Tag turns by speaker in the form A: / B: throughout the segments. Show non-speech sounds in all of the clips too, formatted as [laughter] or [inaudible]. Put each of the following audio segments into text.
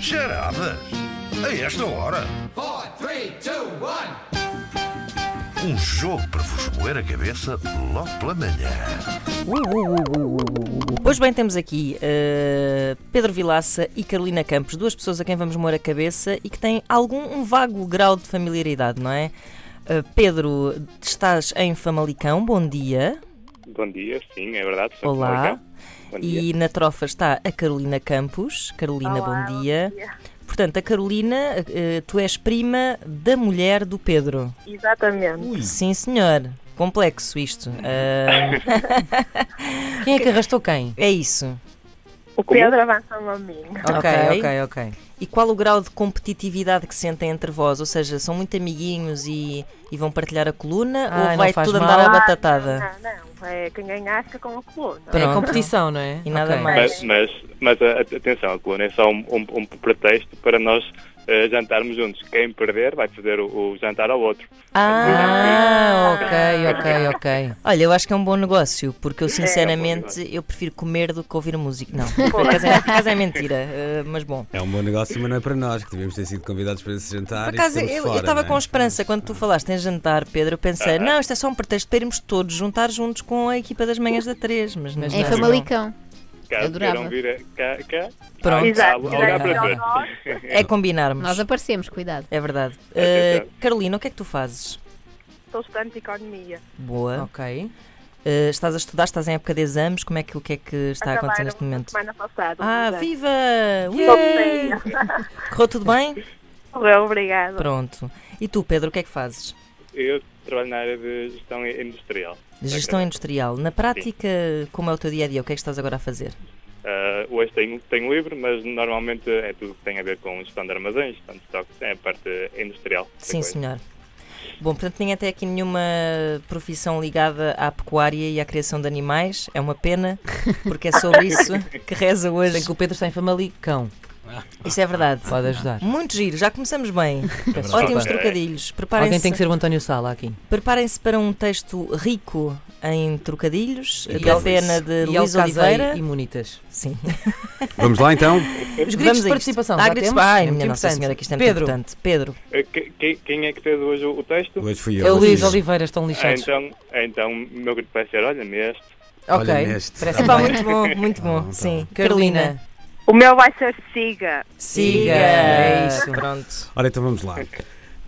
A: piadas? A esta hora?
B: Four, three, two, one.
A: Um jogo para vos moer a cabeça logo pela manhã.
C: Pois bem, temos aqui eh, Pedro Vilaça e Carolina Campos, duas pessoas a quem vamos moer a cabeça e que têm algum um vago grau de familiaridade, não é? Eh, Pedro, estás em Famalicão, bom dia.
D: Bom dia, sim, é verdade. sou
C: Olá.
D: Famalicão. Bom dia.
C: E na trofa está a Carolina Campos. Carolina,
E: Olá,
C: bom dia. Portanto, a Carolina, eh, tu és prima da mulher do Pedro.
E: Exatamente.
C: Sim, senhor. Complexo isto. Eh, [laughs] Ah,
F: Quem é que arrastou quem?
C: é isso.
E: O Pedro avança-me a mim.
C: Ok.
F: ok, ok.
C: E qual o grau de competitividade que sentem entre vós? Ou seja, são muito amiguinhos e, e vão partilhar a coluna
F: Ai,
C: ou
F: não
C: vai
F: faz
C: tudo
F: mal.
C: andar à
F: Ah,
C: batatada?
E: Não, não. É quem ganhar fica com a coluna.
F: É
C: Pronto.
F: competição, não é?
C: E nada
F: Ok.
D: Mas,
C: mais.
D: mas, mas a- a- atenção, a coluna é só um, um- um pretexto para nós eh, jantarmos juntos. Quem perder vai fazer o, o jantar ao outro.
F: Ah, ok, ok, ok.
C: Olha, eu acho que é um bom negócio, porque eu sinceramente eu prefiro comer do que ouvir música. Não, por acaso é, por acaso é mentira, eh, mas bom.
G: É um bom negócio, mas não é para nós, que devíamos ter sido convidados para esse jantar.
C: Por
G: e
C: acaso,
G: estamos
C: eu
G: fora,
C: estava
G: não é?
C: com esperança quando tu falaste em jantar, Pedro. Eu pensei, não, isto é só um pretexto para irmos todos juntar juntos com a equipa das manhãs da 3. Mas, mas
H: Em
C: não.
H: É
C: é
H: Famalicão.
D: Caso
H: Adorava.
D: queiram vir a- cá, cá
C: Pronto.
D: há- há
E: Exato.
D: lugar
E: Direito
D: para
E: ao
D: ver.
E: nós.
C: É combinarmos.
H: Nós aparecemos, cuidado.
C: É verdade.
D: É
C: Eh,
D: verdade.
C: Carolina, o que é que tu fazes?
E: Estou estudante de economia.
C: Boa.
F: Ok.
C: Eh, estás a estudar, estás em época de exames, como é que o que é que está a acontecer
E: Acabaram
C: neste momento?
E: Semana passada.
C: Ah,
E: os exames.
C: viva! Yay!
E: Estou bem.
C: Correu tudo bem?
E: Correu, Obrigada.
C: Pronto. E tu, Pedro, o que é que fazes?
D: Eu trabalho na área de gestão industrial.
C: Gestão industrial. Na prática, como é o teu dia a dia? O que é que estás agora a fazer?
D: Eh, hoje tenho, tenho livre, mas normalmente é tudo que tem a ver com gestão de armazéns, gestão de estoques, é a parte industrial. da
C: Sim,
D: coisa.
C: senhor. Bom, portanto, ninguém tem aqui nenhuma profissão ligada à pecuária e à criação de animais. É uma pena, porque é sobre isso que reza
F: Sei
C: hoje.
F: que o Pedro está em Famalicão.
C: Isso é verdade.
F: Pode ajudar.
C: Muito giro, já começamos
F: [laughs]
C: bem.
F: desculpa.
C: Ótimos
D: Ok.
C: trocadilhos.
F: Alguém
C: Preparem-se
F: tem que ser o António Sala aqui.
C: preparem-se para um texto rico em trocadilhos.
G: E
C: E a
G: ao-
C: pena de
F: e ao
C: Luís
F: Casei
C: Oliveira.
F: Imunitas.
C: Sim. [laughs]
G: Vamos lá então?
F: Os gritos
C: Vamos
F: de
C: a isto.
F: participação,
C: Ah,
F: já
C: gritos-
F: temos?
C: Ai,
F: É muito
C: minha Nossa
F: importante.
C: Senhora, que isto é muito
F: Pedro.
C: importante. Pedro,
D: Eh, que- que- quem é que fez hoje o, o texto?
G: Hoje fui eu.
F: É o
G: hoje
F: Luís
G: fui eu.
F: Oliveira, estão
D: Ah,
F: lixados.
D: então, então, o meu grito vai ser, olha-me este.
G: Olha
F: ok.
G: neste.
F: Parece
C: Epá,
F: bem.
C: muito bom, muito bom. Sim.
F: Carolina.
E: O meu vai ser siga.
C: Siga.
F: É isso.
C: Pronto.
G: Ora então vamos lá.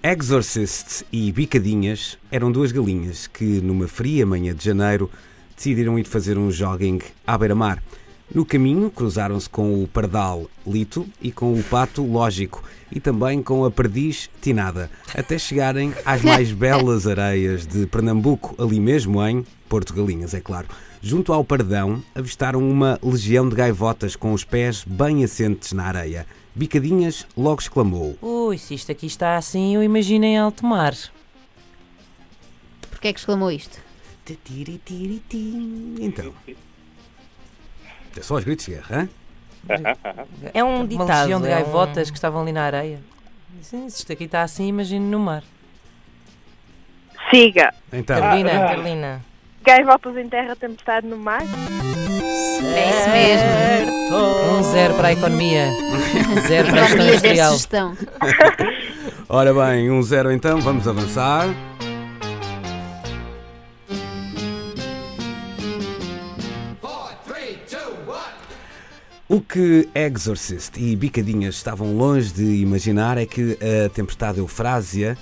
G: Exorcist e Bicadinhas eram duas galinhas que, numa fria manhã de janeiro, decidiram ir fazer um jogging à beira-mar. No caminho, cruzaram-se com o pardal Lito e com o pato Lógico e também com a perdiz Tinada, até chegarem às mais belas areias de Pernambuco, ali mesmo em Porto Galinhas, é claro. Junto ao pardão, avistaram uma legião de gaivotas com os pés bem assentes na areia. Bicadinhas logo exclamou:
F: Ui, se isto aqui está assim, eu imagino em alto mar.
H: Porquê é que exclamou isto?
G: Então. É só os gritos de guerra, hein?
D: [laughs]
C: É um ditado.
F: Uma legião de
C: é um-
F: gaivotas que estavam ali na areia. Sim, se isto aqui está assim, imagino no mar.
E: Siga.
G: Então.
C: Carolina, Carolina.
E: Gaivotas em terra, tempestade no mar.
H: É isso mesmo.
F: Um zero para a
H: [laughs]
F: economia. Zero para a questão
H: Economia desta
F: industrial.
H: gestão.
G: Ora bem, 1-0 então, vamos avançar. O que Exorcist e Bicadinhas estavam longe de imaginar é que a tempestade Eufrásia,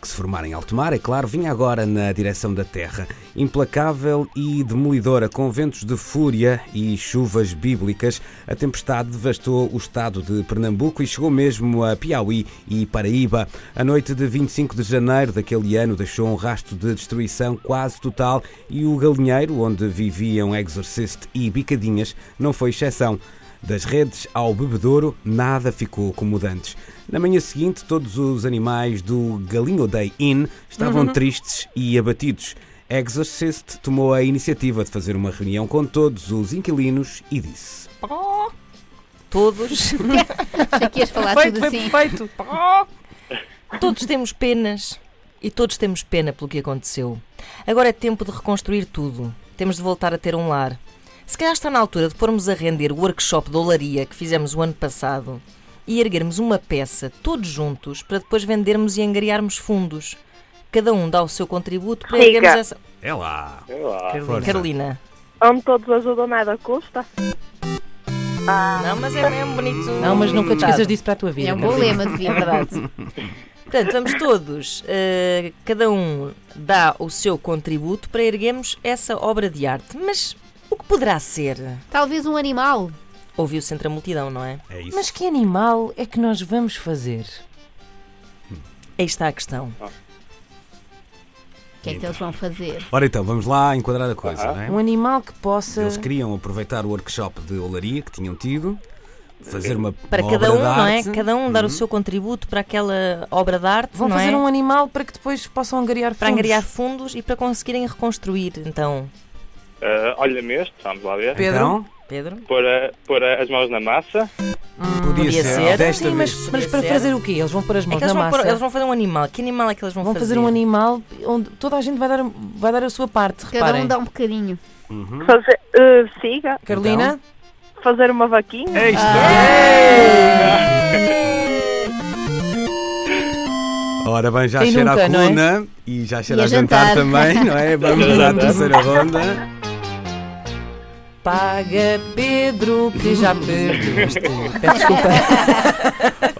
G: que se formara em alto mar, é claro, vinha agora na direção da terra, implacável e demolidora, com ventos de fúria e chuvas bíblicas. A tempestade devastou o estado de Pernambuco e chegou mesmo a Piauí e Paraíba. A noite de 25 de janeiro daquele ano deixou um rastro de destruição quase total e o galinheiro onde viviam Exorcist e Bicadinhas não foi exceção. Das redes ao bebedouro, nada ficou como antes. Na manhã seguinte, todos os animais do Galinho Day Inn estavam
C: Uhum.
G: tristes e abatidos. Exorcist tomou a iniciativa de fazer uma reunião com todos os inquilinos e disse:
C: Todos.
H: Achei que ias falar tudo assim.
C: perfeito. Todos temos penas e todos temos pena pelo que aconteceu. Agora é tempo de reconstruir tudo. Temos de voltar a ter um lar. Se calhar está na altura de pormos a render o workshop de olaria que fizemos o ano passado e erguermos uma peça todos juntos para depois vendermos e angariarmos fundos. Cada um dá o seu contributo para
E: Siga.
C: erguermos essa.
G: É lá.
D: Sei lá.
G: Força.
C: Carolina.
E: Onde todos ajudam, nada custa.
C: Não, mas é mesmo bonito.
F: Não, mas nunca te esqueças disso para a tua vida.
H: É um bom
F: Carolina.
H: lema de
C: É
H: vida.
C: verdade. Portanto, vamos todos, eh, cada um dá o seu contributo para erguermos essa obra de arte. Mas o que poderá ser?
H: Talvez um animal.
C: Ouviu-se entre a multidão, não é?
G: É isso.
F: Mas que animal é que nós vamos fazer?
C: Aí está a questão.
H: O que é que eles vão fazer?
G: Ora então, vamos lá enquadrar a coisa,
D: Ah.
G: não é?
F: Um animal que possa.
G: Eles queriam aproveitar o workshop de olaria que tinham tido, fazer uma
C: Para
G: uma
C: cada
G: obra
C: um,
G: de
C: não é?
G: arte. Uhum.
C: Cada um dar o seu contributo para aquela obra de arte,
F: Vão
C: não
F: fazer
C: é?
F: um animal para que depois possam angariar
C: Para
F: fundos.
C: angariar fundos e para conseguirem reconstruir, então.
D: Ah, Olha-me este, vamos lá ver.
F: Pedro.
G: Então,
C: Pedro?
D: Pôr, a- pôr a- as mãos na massa.
G: podia,
C: um. podia
G: ser,
C: ser.
G: desta
F: Sim, mas,
G: vez.
F: mas para
C: Ser.
F: fazer o quê? Eles vão pôr as
C: É
F: mãos
C: que eles
F: na
C: vão, pôr-
F: massa.
C: eles vão fazer um animal. Que animal é que eles vão,
F: Vão fazer um animal onde toda a gente vai dar, um- vai dar a sua parte.
H: Cada
F: reparem.
H: um dá um bocadinho.
E: Fazer, eh, siga.
F: Carolina,
G: Então?
E: Fazer uma vaquinha.
G: Eis bem. Ora bem, já
F: Quem
G: cheira
F: nunca,
G: a
F: não é?
G: coluna e já cheira
H: E
G: a
H: a
G: jantar,
H: jantar.
G: também, não é? Vamos à terceira ronda.
F: paga Pedro que já
G: [laughs]
F: perdeste. Peço desculpa.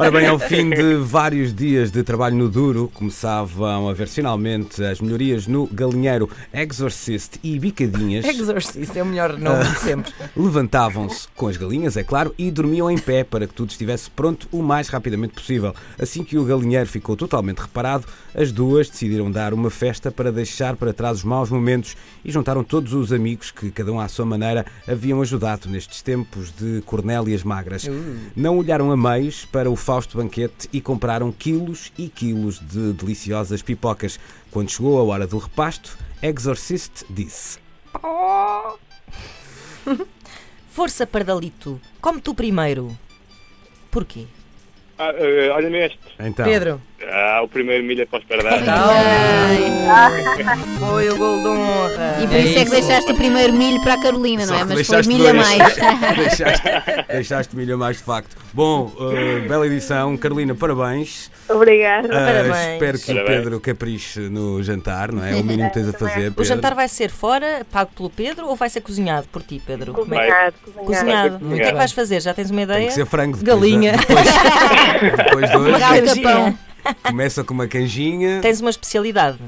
G: Ora bem, ao fim de vários dias de trabalho no duro, começavam a ver finalmente as melhorias no galinheiro. Exorcist e Bicadinhas
F: Exorcista é o melhor nome de sempre.
G: levantavam-se com as galinhas, é claro, e dormiam em pé para que tudo estivesse pronto o mais rapidamente possível. Assim que o galinheiro ficou totalmente reparado, as duas decidiram dar uma festa para deixar para trás os maus momentos e juntaram todos os amigos que, cada um à sua maneira, haviam ajudado nestes tempos de Cornélias magras. Não olharam a meios para o Fausto Banquete e compraram quilos e quilos de deliciosas pipocas. Quando chegou a hora do repasto, Exorcist disse.
C: Força, Pardalito. Come tu primeiro. Porquê?
D: Ah, ah, Olha-me este.
G: Então,
F: Pedro,
D: Ah, o primeiro milha para os pardais.
C: Foi o gol de honra.
H: E por isso é que deixaste o primeiro milho para a Carolina,
G: Só
H: não é?
G: que
H: Mas foi
G: deixaste
H: milho a
G: dois.
H: mais.
G: [laughs] deixaste, deixaste milho a mais de facto. Bom, uh, bela edição, Carolina, parabéns.
E: Obrigada.
C: Ah,
G: Uh,
C: Parabéns.
G: espero que o
D: Parabéns.
G: Pedro capriche no jantar, não é? É O mínimo que tens a fazer. Pedro.
C: O jantar vai ser fora, pago pelo Pedro, ou vai ser cozinhado por ti, Pedro? Como é que-
E: Cozinhado, cozinhado.
C: Cozinhado.
D: Vai ser
C: O que é que
D: cozinhado.
C: vais fazer? Já tens uma
G: Tem
C: ideia?
G: que ser frango. depois
F: Galinha.
G: da- Depois, depois de hoje,
H: Pagar o
C: Canjinha.
H: capão.
G: começa com uma canjinha.
C: Tens uma especialidade.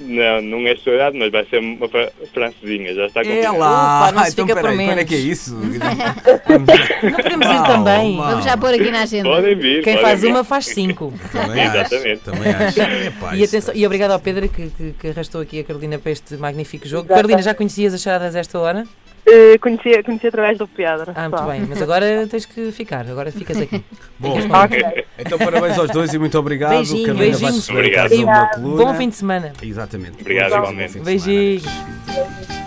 D: Não, não é sociedade, mas vai ser uma fra- francesinha. Já está
G: É
D: combinado.
G: lá!
C: Opa, não se
G: então
C: fica por
G: peraí, quando é
C: menos.
G: que é [laughs] isso?
F: não [laughs] podemos ir
G: Uau,
F: também.
G: uau.
H: Vamos já pôr aqui na agenda.
D: Podem vir.
F: Quem
D: podem
F: faz
D: vir.
F: uma faz cinco.
G: Também acho.
D: Exatamente.
G: Também acho. Epá,
F: E,
G: isto-
F: atenção, e obrigado ao Pedro que, que- que arrastou aqui a Carolina para este magnífico jogo. Carolina, já conhecias as charadas a esta hora?
E: Eh, conheci, conheci através do Pedro.
F: Ah,
E: só.
F: muito bem, mas agora tens que ficar, agora ficas aqui.
G: Bom,
E: Ok.
G: então parabéns aos dois e muito obrigado.
C: Beijinhos.
G: Carolina vai
F: Beijinhos.
G: receber a
D: Obrigado.
G: casa de uma coluna.
F: Bom fim de semana.
G: Exatamente.
D: Obrigado,
G: Bom fim de
D: igualmente.
G: semana.
F: Beijinhos.